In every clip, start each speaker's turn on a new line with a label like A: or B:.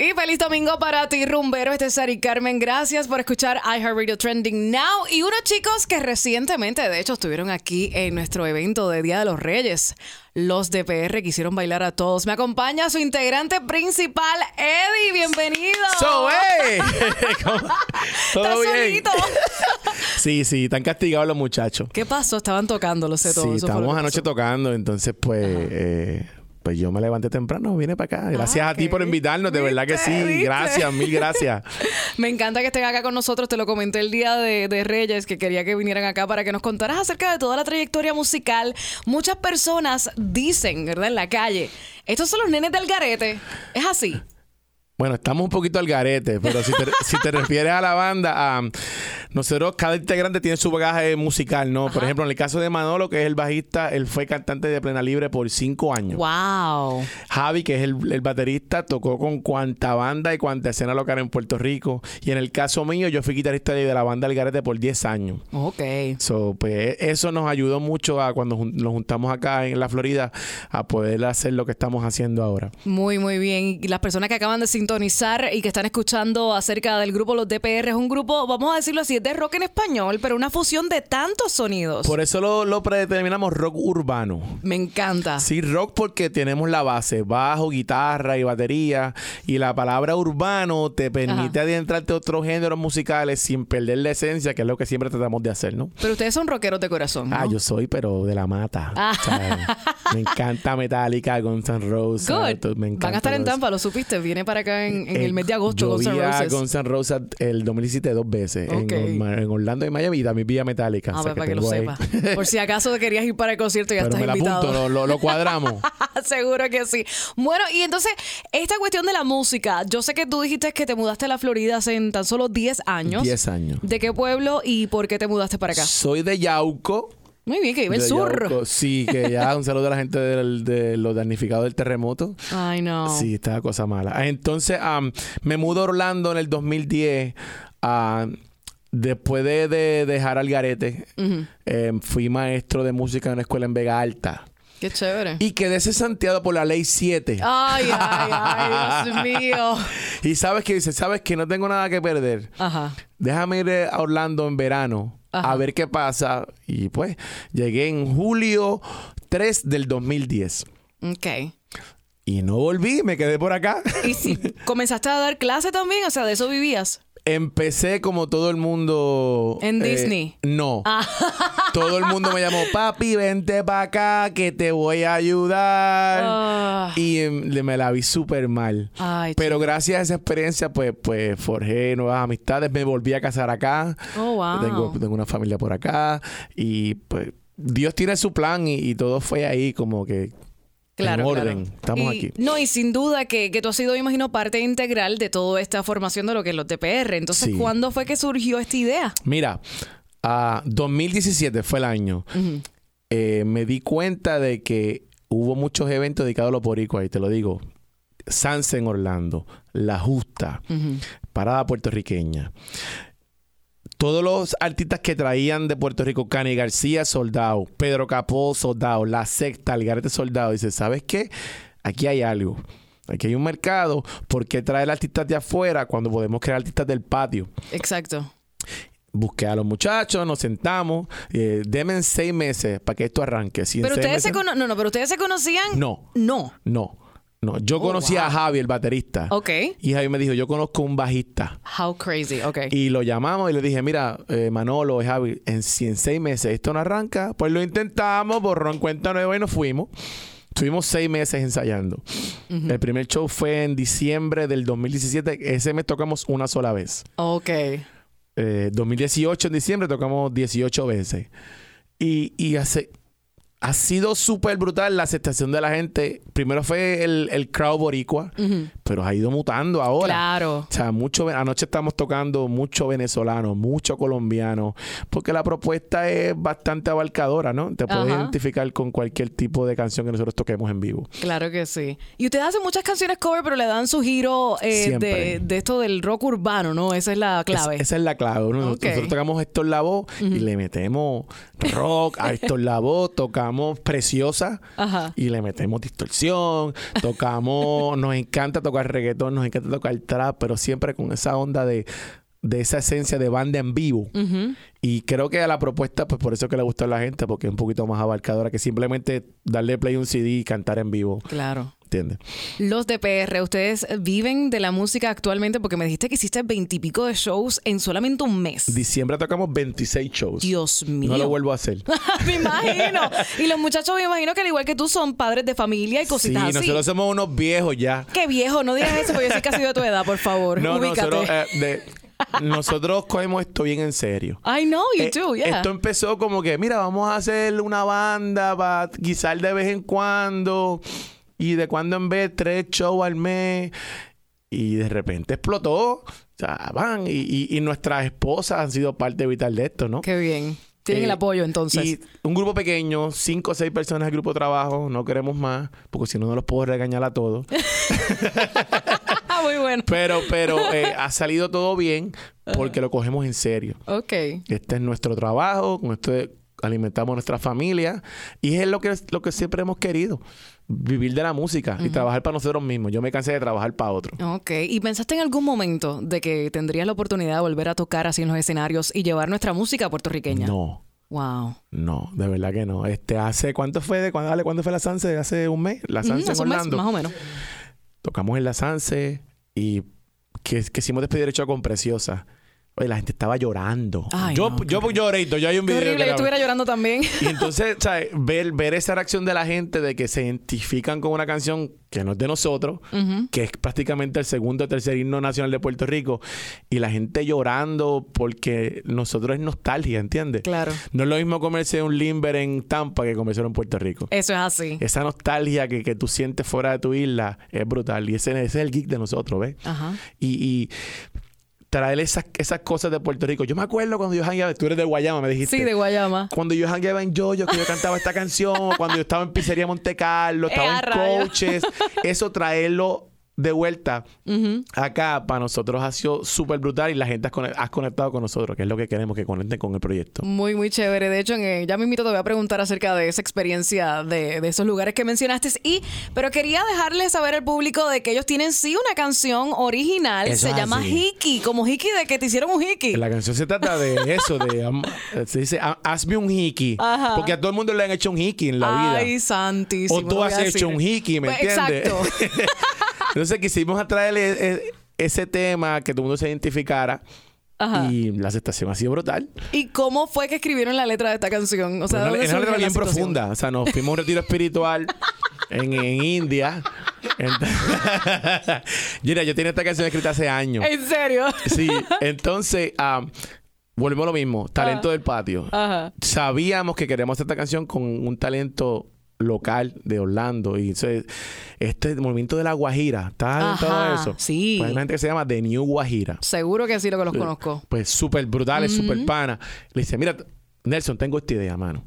A: Y feliz domingo para ti, rumbero. Este es Sari Carmen. Gracias por escuchar iHeartRadio Trending Now. Y unos chicos que recientemente, de hecho, estuvieron aquí en nuestro evento de Día de los Reyes. Los de PR quisieron bailar a todos. Me acompaña su integrante principal, Eddie. Bienvenido.
B: So, hey. ¿Cómo? ¿Todo
A: Estás
B: bien?
A: solito.
B: Sí, sí, están castigados los muchachos.
A: ¿Qué pasó? Estaban tocando, lo sé todo.
B: sí,
A: Eso fue lo
B: estábamos
A: que
B: anoche
A: pasó.
B: tocando, entonces pues, eh, pues yo me levanté temprano, vine para acá. Gracias
A: Ah,
B: a ti
A: ok.
B: por invitarnos, de verdad que
A: ¿Viste?
B: sí.
A: ¿Viste?
B: Gracias, mil gracias.
A: Me encanta que estén acá con nosotros. Te lo comenté el día de, de Reyes, que quería que vinieran acá para que nos contaras acerca de toda la trayectoria musical. Muchas personas dicen, ¿verdad? En la calle, estos son los nenes del garete. Es así.
B: Bueno, estamos un poquito al garete, pero si te, si te refieres a la banda, ah, nosotros, cada integrante tiene su bagaje musical, ¿no? Por ejemplo, en el caso de Manolo, que es el bajista, él fue cantante de Plena Libre por cinco años.
A: ¡Wow!
B: Javi, que es el, el baterista, tocó con cuanta banda y cuanta escena local en Puerto Rico. Y en el caso mío, yo fui guitarrista de la banda El Garete por 10 años.
A: Ok.
B: So, pues, eso nos ayudó mucho a cuando jun- nos juntamos acá en la Florida a poder hacer lo que estamos haciendo ahora.
A: Muy, muy bien. Y las personas que acaban de sintonizar y que están escuchando acerca del grupo Los DPR, es un grupo, vamos a decirlo así, es de rock en español, pero una fusión de tantos sonidos.
B: Por eso lo, lo predeterminamos rock urbano.
A: Me encanta.
B: Sí, rock porque tenemos la base, bajo, guitarra y batería. Y la palabra urbano te permite adentrarte a otros géneros musicales sin perder la esencia, que es lo que siempre tratamos de hacer, ¿no?
A: Pero ustedes son rockeros de corazón. ¿no? Ah.
B: Ah, yo soy, pero de la mata. O sea, me encanta Metallica, Guns N' Roses.
A: Good.
B: todo- Me encanta
A: Van a estar en
B: todo eso.
A: Tampa, lo supiste. Viene para acá en, en el
B: Eh,
A: mes de agosto,
B: yo
A: Guns N'
B: vi a
A: Roses.
B: Guns N' Roses el 2017 dos veces. en
A: Ok.
B: Orma- En, Orlando y Miami y también vi a Metallica.
A: Ah,
B: o sea,
A: para que lo
B: tengo ahí.
A: sepa. Por si acaso querías ir para el concierto, ya
B: pero me
A: estás
B: la
A: invitado.
B: apunto, lo, lo- lo cuadramos.
A: Seguro que sí. Bueno, y entonces, esta cuestión de la música. Yo sé que tú dijiste que te mudaste a la Florida hace en tan solo 10 años.
B: 10 años.
A: ¿De qué pueblo y por qué te mudaste para acá?
B: Soy de Yauco.
A: Muy bien, que vive el
B: de
A: sur.
B: Yauco. Sí, que ya un saludo a la gente del- de los damnificados del terremoto.
A: Ay, no.
B: Sí, está la cosa mala. Ah, Entonces, am, me mudo a Orlando en el 2010. am, después de, de dejar al garete, em, fui maestro de música en una escuela en Vega Alta.
A: Qué chévere.
B: Y quedé cesanteado por la ley 7.
A: Ay, ay, ay, Dios mío.
B: Y sabes que dice, sabes que no tengo nada que perder.
A: Ajá.
B: Déjame ir eh, a Orlando en verano
A: Ajá.
B: a ver qué pasa. Y pues llegué en julio 3 del 2010.
A: Ok.
B: Y no volví, me quedé por acá.
A: ¿Y si comenzaste a dar clase también? O sea, ¿de eso vivías?
B: Empecé como todo el mundo. eh,
A: ¿En Disney? Ah.
B: No. Todo el mundo me llamó, papi, vente para acá que te voy a ayudar.
A: Ah.
B: Y em, le- me la vi súper mal.
A: Ay,
B: Pero gracias a esa experiencia, pues, pues forjé nuevas amistades. Me volví a casar acá.
A: Oh, wow.
B: Tengo, tengo una familia por acá. Y pues Dios tiene su plan y, y todo fue ahí como que
A: Claro,
B: en
A: claro.
B: orden. Estamos
A: Y-
B: aquí.
A: No, y sin duda que, que tú has sido, me imagino, parte integral de toda esta formación de lo que es los TPR. Entonces,
B: Sí.
A: ¿cuándo fue que surgió esta idea?
B: Mira, a 2017 fue el año. Eh, me di cuenta de que hubo muchos eventos dedicados a los boricuas, y te lo digo. Sanse en Orlando, La Justa, Parada Puertorriqueña. Todos los artistas que traían de Puerto Rico, Cani García, soldado, Pedro Capó, soldado, La Secta, Algarete, soldado, dice, ¿sabes qué? Aquí hay algo. Aquí hay un mercado. ¿Por qué traer artistas de afuera cuando podemos crear artistas del patio?
A: Exacto.
B: Busqué a los muchachos, nos sentamos. Eh, denme seis meses para que esto arranque. Si en
A: Pero
B: seis
A: ustedes, se
B: meses-
A: cono- no, no, pero ustedes se conocían.
B: No,
A: No.
B: no, no. Yo conocí a Javi, el baterista.
A: Oh, Ok.
B: Y Javi me dijo, yo conozco un bajista.
A: How crazy. Ok.
B: Y lo llamamos y le dije, mira, eh, Manolo, Javi, en, si en seis meses esto no arranca, pues lo intentamos, borrón cuenta nueva y nos fuimos. Estuvimos seis meses ensayando. El primer show fue en diciembre del 2017. Ese mes tocamos una sola vez.
A: ok.
B: Eh, 2018 en diciembre tocamos 18 veces. Y, y hace ha sido súper brutal la aceptación de la gente. Primero fue el, el crowd boricua, pero ha ido mutando ahora.
A: Claro.
B: O sea, mucho, ve- anoche estamos tocando mucho venezolano, mucho colombiano, porque la propuesta es bastante abarcadora, ¿no? Te puedes
A: Ajá.
B: identificar con cualquier tipo de canción que nosotros toquemos en vivo.
A: Claro que sí. Y ustedes hacen muchas canciones cover, pero le dan su giro eh, de,
B: Siempre.
A: de esto del rock urbano, ¿no? Esa es la clave.
B: Es- esa es la clave. ¿no? Nos-
A: Ok.
B: Nosotros tocamos Héctor Lavoe y le metemos rock a Héctor Lavoe, tocamos Preciosa
A: Ajá.
B: y le metemos distorsión, tocamos, nos encanta tocar reggaetón, nos encanta tocar trap, pero siempre con esa onda de, de esa esencia de banda en vivo. Y creo que a la propuesta, pues por eso es que le gustó a la gente, porque es un poquito más abarcadora que simplemente darle play a un CD y cantar en vivo.
A: Claro.
B: ¿Entiendes?
A: Los de PR, ¿ustedes viven de la música actualmente? Porque me dijiste que hiciste veintipico de shows en solamente un mes.
B: Diciembre tocamos 26 shows.
A: Dios mío.
B: no lo vuelvo a hacer.
A: me imagino. Y los muchachos, me imagino que al igual que tú, son padres de familia y
B: Sí,
A: cositas así.
B: nosotros somos unos viejos ya.
A: Qué viejo, no digas eso, porque yo soy casi de tu edad, por favor.
B: No,
A: Ubícate.
B: nosotros, eh, de- nosotros cogemos esto bien en serio.
A: I know you
B: Eh,
A: do, yeah.
B: Esto empezó como que, mira, vamos a hacer una banda para guisar de vez en cuando y de cuando en vez tres shows al mes y de repente explotó. O sea, van, y, y- y nuestras esposas han sido parte vital de esto, ¿no?
A: Qué bien. Tienen
B: Eh,
A: el apoyo entonces.
B: Y un grupo pequeño, cinco o seis personas el grupo de trabajo, no queremos más, porque si no, no los puedo regañar a todos.
A: Ah, muy bueno.
B: Pero, pero eh, ha salido todo bien porque lo cogemos en serio.
A: Ok.
B: Este es nuestro trabajo, con esto alimentamos nuestra familia y es lo que, lo que siempre hemos querido, vivir de la música y trabajar para nosotros mismos. Yo me cansé de trabajar para otro.
A: Ok. ¿Y pensaste en algún momento de que tendrías la oportunidad de volver a tocar así en los escenarios y llevar nuestra música puertorriqueña?
B: No,
A: Wow.
B: no, de verdad que no. Este, hace cuánto fue de cuándo, Ale, cuándo fue la Sanse, hace un mes, la Sanse
A: Ujú, hace un
B: en
A: mes,
B: Orlando.
A: más o menos.
B: Tocamos en la Sanse y que, quisimos despedir el show con Preciosa. Oye, la gente estaba llorando.
A: Ay,
B: yo
A: no, qué
B: yo lloré, y todo, ya hay un
A: Qué
B: video.
A: horrible,
B: que
A: yo
B: la-
A: estuviera llorando también.
B: Y entonces, ¿sabes? Ver, ver esa reacción de la gente de que se identifican con una canción que no es de nosotros, que es prácticamente el segundo o tercer himno nacional de Puerto Rico, y la gente llorando porque nosotros es nostalgia, ¿entiendes?
A: Claro.
B: No es lo mismo comerse un limber en Tampa que comerse en Puerto Rico.
A: Eso es así.
B: Esa nostalgia que, que tú sientes fuera de tu isla es brutal. Y ese, ese es el geek de nosotros, ¿ves?
A: Ajá.
B: Y, y traer esas, esas cosas de Puerto Rico. Yo me acuerdo cuando yo jangueaba, tú eres de Guayama, me dijiste
A: Sí, de Guayama.
B: cuando yo jangueaba en Yoyo, que yo cantaba esta canción, o cuando yo estaba en Pizzería Monte Carlo,
A: Eh,
B: estaba
A: a
B: en
A: rayos.
B: coaches, eso traerlo de vuelta acá para nosotros ha sido súper brutal y la gente has cone- has conectado con nosotros, que es lo que queremos que conecten con el proyecto.
A: Muy, muy chévere. De hecho, en, eh, ya mismito te voy a preguntar acerca de esa experiencia de, de esos lugares que mencionaste. Y, pero quería dejarle saber al público de que ellos tienen sí una canción original.
B: Eso
A: se
B: es
A: llama
B: así.
A: Hiki, como Hiki de que te hicieron un Hiki.
B: La canción se trata de eso, de am- se dice "Ha- hazme un hiki,
A: Ajá.
B: porque a todo el mundo le han hecho un hiki en la vida.
A: Ay, Santi.
B: o tú has hecho un hiki, ¿me entiendes?
A: Pues, Exacto.
B: Entonces quisimos atraerle eh, ese tema que todo el mundo se identificara
A: Ajá.
B: y la aceptación ha sido brutal.
A: ¿Y cómo fue que escribieron la letra de esta canción? O sea,
B: Pero
A: ¿dónde
B: es una, es
A: surge
B: una letra
A: la
B: bien
A: situación?
B: profunda. O sea, nos fuimos a un retiro espiritual en, en India. Ent- Mira, yo tenía esta canción escrita hace años.
A: ¿En serio?
B: Sí, entonces, ah, volvemos a lo mismo.
A: Ah.
B: Talento del patio.
A: Ajá.
B: Sabíamos que queríamos hacer esta canción con un talento local de Orlando. Y entonces, este movimiento de la Guajira, ¿estás en todo
A: Ajá,
B: eso?
A: sí.
B: Pues hay una gente que se llama The New Guajira.
A: Seguro que sí, lo que los conozco.
B: Pues súper brutales, súper pana. Le dice, mira, Nelson, tengo esta idea, mano.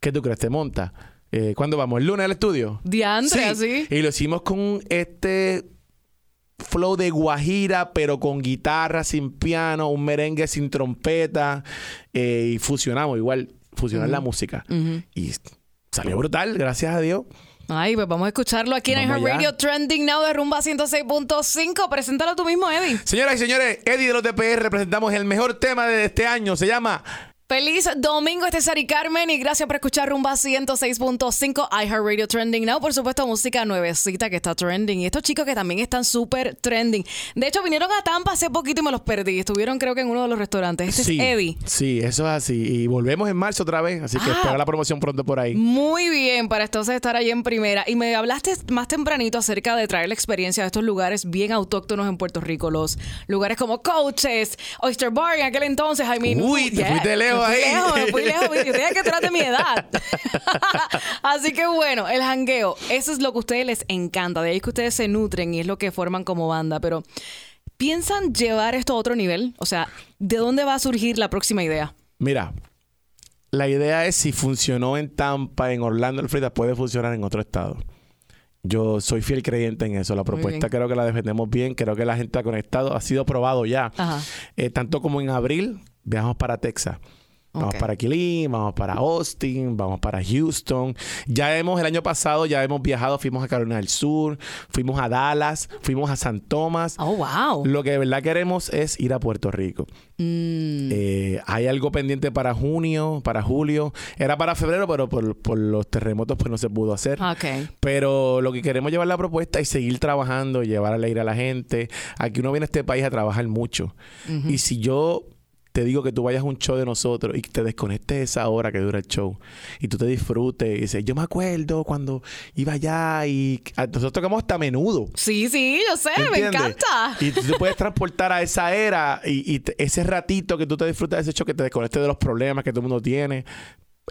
B: ¿Qué tú crees? ¿Te monta? Eh, ¿Cuándo vamos? ¿El lunes al estudio?
A: Diantre, así.
B: Y lo hicimos con este flow de guajira, pero con guitarra, sin piano, un merengue sin trompeta. eh, y fusionamos igual, fusionar la música. Y salió brutal, gracias a Dios.
A: Ay, pues vamos a escucharlo aquí en
B: Vamos
A: el
B: allá.
A: Radio Trending Now de Rumba 106.5. Preséntalo tú mismo, Eddie.
B: Señoras y señores, Eddie de los TPR presentamos el mejor tema de este año. Se llama
A: Feliz domingo, este es Sari Carmen y gracias por escuchar Rumba 106.5 iHeartRadio Trending Now. Por supuesto, música nuevecita que está trending y estos chicos que también están súper trending. De hecho, vinieron a Tampa hace poquito y me los perdí. Estuvieron creo que en uno de los restaurantes. Este
B: sí,
A: es Eddie.
B: Sí, eso es así. Y volvemos en marzo otra vez, así que
A: Ah.
B: espera la promoción pronto por ahí.
A: Muy bien, para entonces estar ahí en primera. Y me hablaste más tempranito acerca de traer la experiencia de estos lugares bien autóctonos en Puerto Rico, los lugares como Coaches, Oyster Bar en aquel entonces, I mean,
B: Uy, te fuiste lejos, lejos
A: fui
B: ahí.
A: lejos, me fui lejos, Vicky. Ustedes que tú eras de mi edad. Así que bueno, el jangueo, eso es lo que a ustedes les encanta, de ahí es que ustedes se nutren y es lo que forman como banda, pero ¿piensan llevar esto a otro nivel? O sea, ¿de dónde va a surgir la próxima idea?
B: Mira, la idea es si funcionó en Tampa, en Orlando, Alfreda, puede funcionar en otro estado. Yo soy fiel creyente en eso. La propuesta
A: bien.
B: creo que la defendemos bien, creo que la gente ha conectado, ha sido probado ya.
A: Ajá.
B: Eh, tanto como en abril, viajamos para Texas. Vamos
A: Ok.
B: para Killeen, vamos para Austin, vamos para Houston. Ya hemos, el año pasado ya hemos viajado, fuimos a Carolina del Sur, fuimos a Dallas, fuimos a San Tomás.
A: Oh, wow.
B: Lo que de verdad queremos es ir a Puerto Rico.
A: Mm,
B: Eh, hay algo pendiente para junio, para julio. Era para febrero, pero por, por los terremotos pues no se pudo hacer.
A: Ok.
B: Pero lo que queremos llevar la propuesta es seguir trabajando, llevar al aire a la gente. Aquí uno viene a este país a trabajar mucho. Y si yo te digo que tú vayas a un show de nosotros y que te desconectes esa hora que dura el show y tú te disfrutes y dices, yo me acuerdo cuando iba allá y a- nosotros tocamos hasta a menudo.
A: Sí, sí, yo sé, Eh, me
B: ¿Entiendes?
A: encanta.
B: Y tú te puedes transportar a esa era y, y te- ese ratito que tú te disfrutas de ese show, que te desconectes de los problemas que todo el mundo tiene.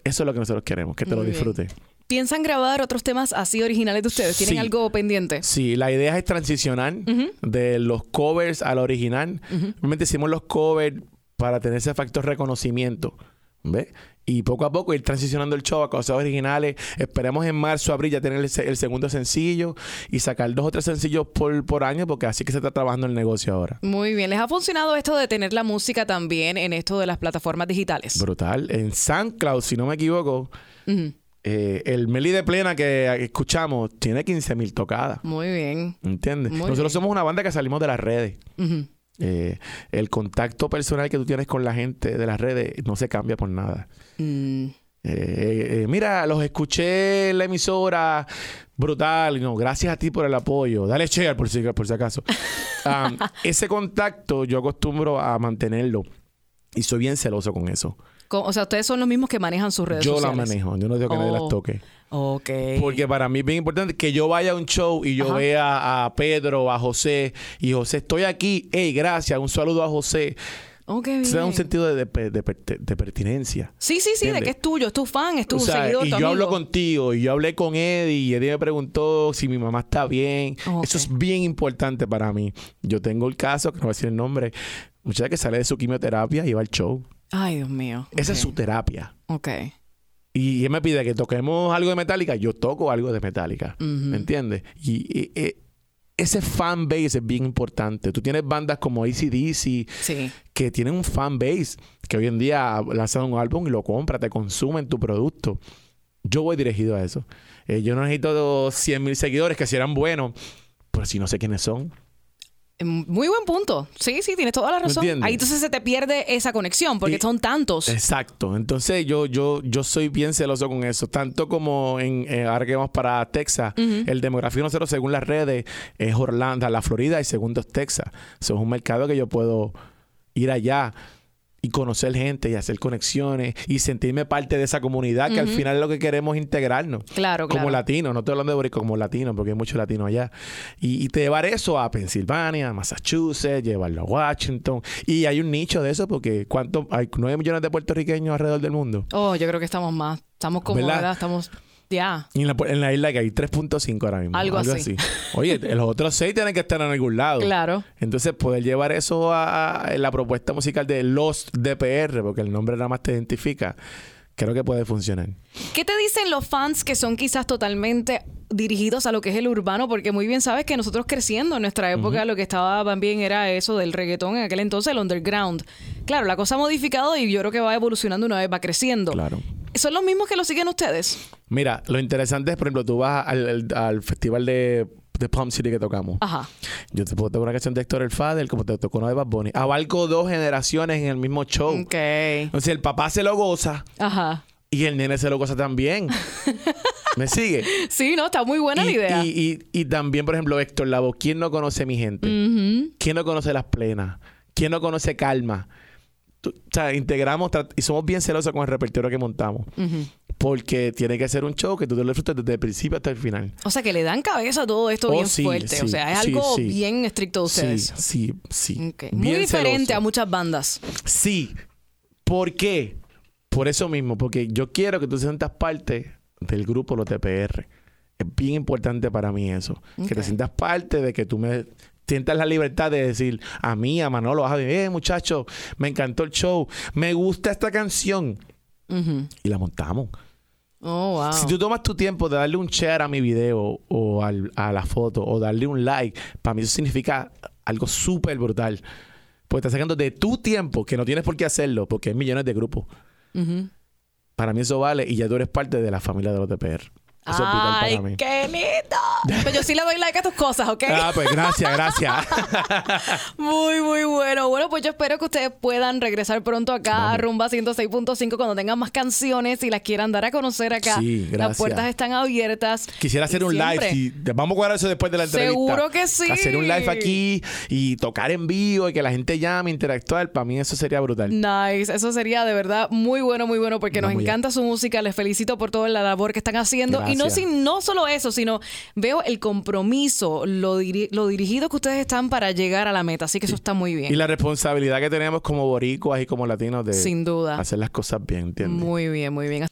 B: Eso es lo que nosotros queremos, que te
A: Muy
B: lo
A: bien.
B: disfrutes.
A: ¿Piensan grabar otros temas así originales de ustedes? ¿Tienen
B: Sí.
A: algo pendiente?
B: Sí, la idea es transicionar de los covers al original. Realmente hicimos los covers para tener ese factor reconocimiento. ¿Ves? Y poco a poco ir transicionando el show a cosas originales. Esperemos en marzo, abril ya tener el, se- el segundo sencillo y sacar dos o tres sencillos por, por año, porque así que se está trabajando el negocio ahora.
A: Muy bien, ¿les ha funcionado esto de tener la música también en esto de las plataformas digitales?
B: Brutal. En SoundCloud, si no me equivoco, eh, el Meli de Plena que escuchamos tiene 15 mil tocadas.
A: Muy bien.
B: ¿Entiendes?
A: Muy
B: Nosotros
A: bien.
B: somos una banda que salimos de las redes.
A: Ujú.
B: Eh, el contacto personal que tú tienes con la gente de las redes no se cambia por nada.
A: Mm,
B: Eh, eh, eh, mira, los escuché en la emisora. Brutal. No, gracias a ti por el apoyo. Dale share por si, por si acaso. Am, ese contacto yo acostumbro a mantenerlo. Y soy bien celoso con eso.
A: co- O sea, ustedes son los mismos que manejan sus redes
B: Yo la
A: sociales.
B: manejo. Yo no dejo que nadie
A: Oh.
B: las toque.
A: Ok.
B: Porque para mí es bien importante que yo vaya a un show y yo vea a Pedro, a José. Y José, estoy aquí. Hey, gracias. Un saludo a José.
A: Ok,
B: Se da un
A: bien.
B: sentido de, de- de per- de pertinencia.
A: Sí, sí, sí, de
B: ¿Entiendes?
A: que es tuyo, es tu fan, es tu
B: O sea,
A: seguidor, tu
B: y yo
A: amigo.
B: hablo contigo, y yo hablé con Eddie, y Eddie me preguntó si mi mamá está bien.
A: Ok.
B: Eso es bien importante para mí. Yo tengo el caso, que no voy a decir el nombre, muchacha que sale de su quimioterapia y va al show.
A: Ay, Dios mío.
B: Esa
A: Ok,
B: es su terapia.
A: Ok.
B: Y él me pide que toquemos algo de Metallica, yo toco algo de Metallica. ¿Me entiendes? Y, y- y ese fan base es bien importante. Tú tienes bandas como ACDC,
A: Sí.
B: que tienen un fan base que hoy en día lanzan un álbum y lo compra, te consumen tu producto. Yo voy dirigido a eso. Eh, yo no necesito 100 mil seguidores que si eran buenos, pero si no sé quiénes son.
A: Mm, Muy buen punto. Sí, sí, tienes toda la razón.
B: entiendes?
A: Ahí entonces se te pierde esa conexión porque
B: Y-
A: son tantos.
B: Exacto. Entonces yo, yo, yo soy bien celoso con eso. Tanto como en, eh, ahora que vamos para Texas, el demográfico nosotros según las redes es Orlando, la Florida y segundo es Texas. Eso es un mercado que yo puedo ir allá y conocer gente y hacer conexiones y sentirme parte de esa comunidad que al final es lo que queremos integrarnos.
A: Claro, claro.
B: Como latinos, no estoy hablando de boricua, como latinos, porque hay muchos latinos allá. Y, y te llevar eso a Pensilvania, a Massachusetts, llevarlo a Washington. Y hay un nicho de eso porque ¿cuánto? hay 9 millones de puertorriqueños alrededor del mundo.
A: Oh, yo creo que estamos más. Estamos como,
B: ¿Verdad?
A: ¿verdad? Estamos. Ya.
B: Y en la, en la isla que hay 3.5 ahora mismo.
A: Algo así.
B: Oye, los otros 6 tienen que estar en algún lado.
A: Claro.
B: Entonces, poder llevar eso a, a la propuesta musical de Los DPR, porque el nombre nada más te identifica, creo que puede funcionar.
A: ¿Qué te dicen los fans que son quizás totalmente dirigidos a lo que es el urbano? Porque muy bien sabes que nosotros creciendo en nuestra época lo que estaba también era eso del reggaetón en aquel entonces, el underground. Claro, la cosa ha modificado y yo creo que va evolucionando una vez va creciendo.
B: Claro.
A: ¿Son los mismos que lo siguen ustedes?
B: Mira, lo interesante es, por ejemplo, tú vas al, al- al festival de, de Palm City que tocamos.
A: Ajá.
B: Yo te puedo tocar una canción de Héctor El Fader, como te tocó una de Bad Bunny. Abarco dos generaciones en el mismo show.
A: Ok.
B: O sea, el papá se lo goza
A: Ajá.
B: y el nene se lo goza también. ¿Me sigue?
A: Sí, no, está muy buena la
B: y,
A: idea.
B: y- y- y también, por ejemplo, Héctor Lavo. ¿Quién no conoce mi gente? ¿Quién no conoce las plenas? ¿Quién no conoce calma? Tú- o sea, integramos tra- y somos bien celosos con el repertorio que montamos. Porque tiene que ser un show que tú te lo disfrutes desde el principio hasta el final.
A: o sea, que le dan cabeza a todo esto
B: Oh,
A: bien
B: sí,
A: fuerte. o
B: sí,
A: sea, es
B: sí,
A: algo
B: sí.
A: bien estricto de ustedes.
B: Sí, sí, sí.
A: Ok. Muy
B: Bien
A: diferente
B: celoso.
A: a muchas bandas.
B: Sí. ¿Por qué? Por eso mismo, porque yo quiero que tú sientas parte del grupo Los TPR. Es bien importante para mí eso. Que te
A: Ok.
B: sientas parte de que tú me sientas la libertad de decir a mí, a Manolo, a Javi, eh, muchacho, me encantó el show, me gusta esta canción. Y la montamos.
A: Oh, wow.
B: Si tú tomas tu tiempo de darle un share a mi video o al- a la foto o darle un like, para mí eso significa algo súper brutal. Porque estás sacando de tu tiempo, que no tienes por qué hacerlo, porque hay millones de grupos. Para mí eso vale y ya tú eres parte de la familia de los TPR. Eso es vital
A: Ay,
B: para mí.
A: qué lindo. Pero yo sí le doy like a tus cosas, ¿ok?
B: Ah, pues gracias, gracias.
A: Muy, muy bueno. Bueno, pues yo espero que ustedes puedan regresar pronto acá a Rumba 106.5 cuando tengan más canciones y las quieran dar a conocer acá.
B: Sí,
A: Las
B: gracias.
A: puertas están abiertas.
B: Quisiera hacer
A: Y
B: un
A: siempre-
B: live. si- te- vamos a cuadrar eso después de la entrevista.
A: Seguro que sí.
B: Hacer un live aquí y tocar en vivo y que la gente llame, interactuar. Para mí eso sería brutal.
A: Nice, eso sería de verdad muy bueno, muy bueno, porque nos
B: Vamos ya.
A: encanta su música, les felicito por toda la labor que están haciendo. Y no,
B: Gracias.
A: sin, no solo eso, sino veo el compromiso, lo, diri- lo dirigido que ustedes están para llegar a la meta, así que eso está muy
B: Y
A: bien.
B: la responsabilidad que tenemos como boricuas y como latinos de
A: Sin duda.
B: hacer las cosas bien, ¿entiendes?
A: Muy bien, muy bien.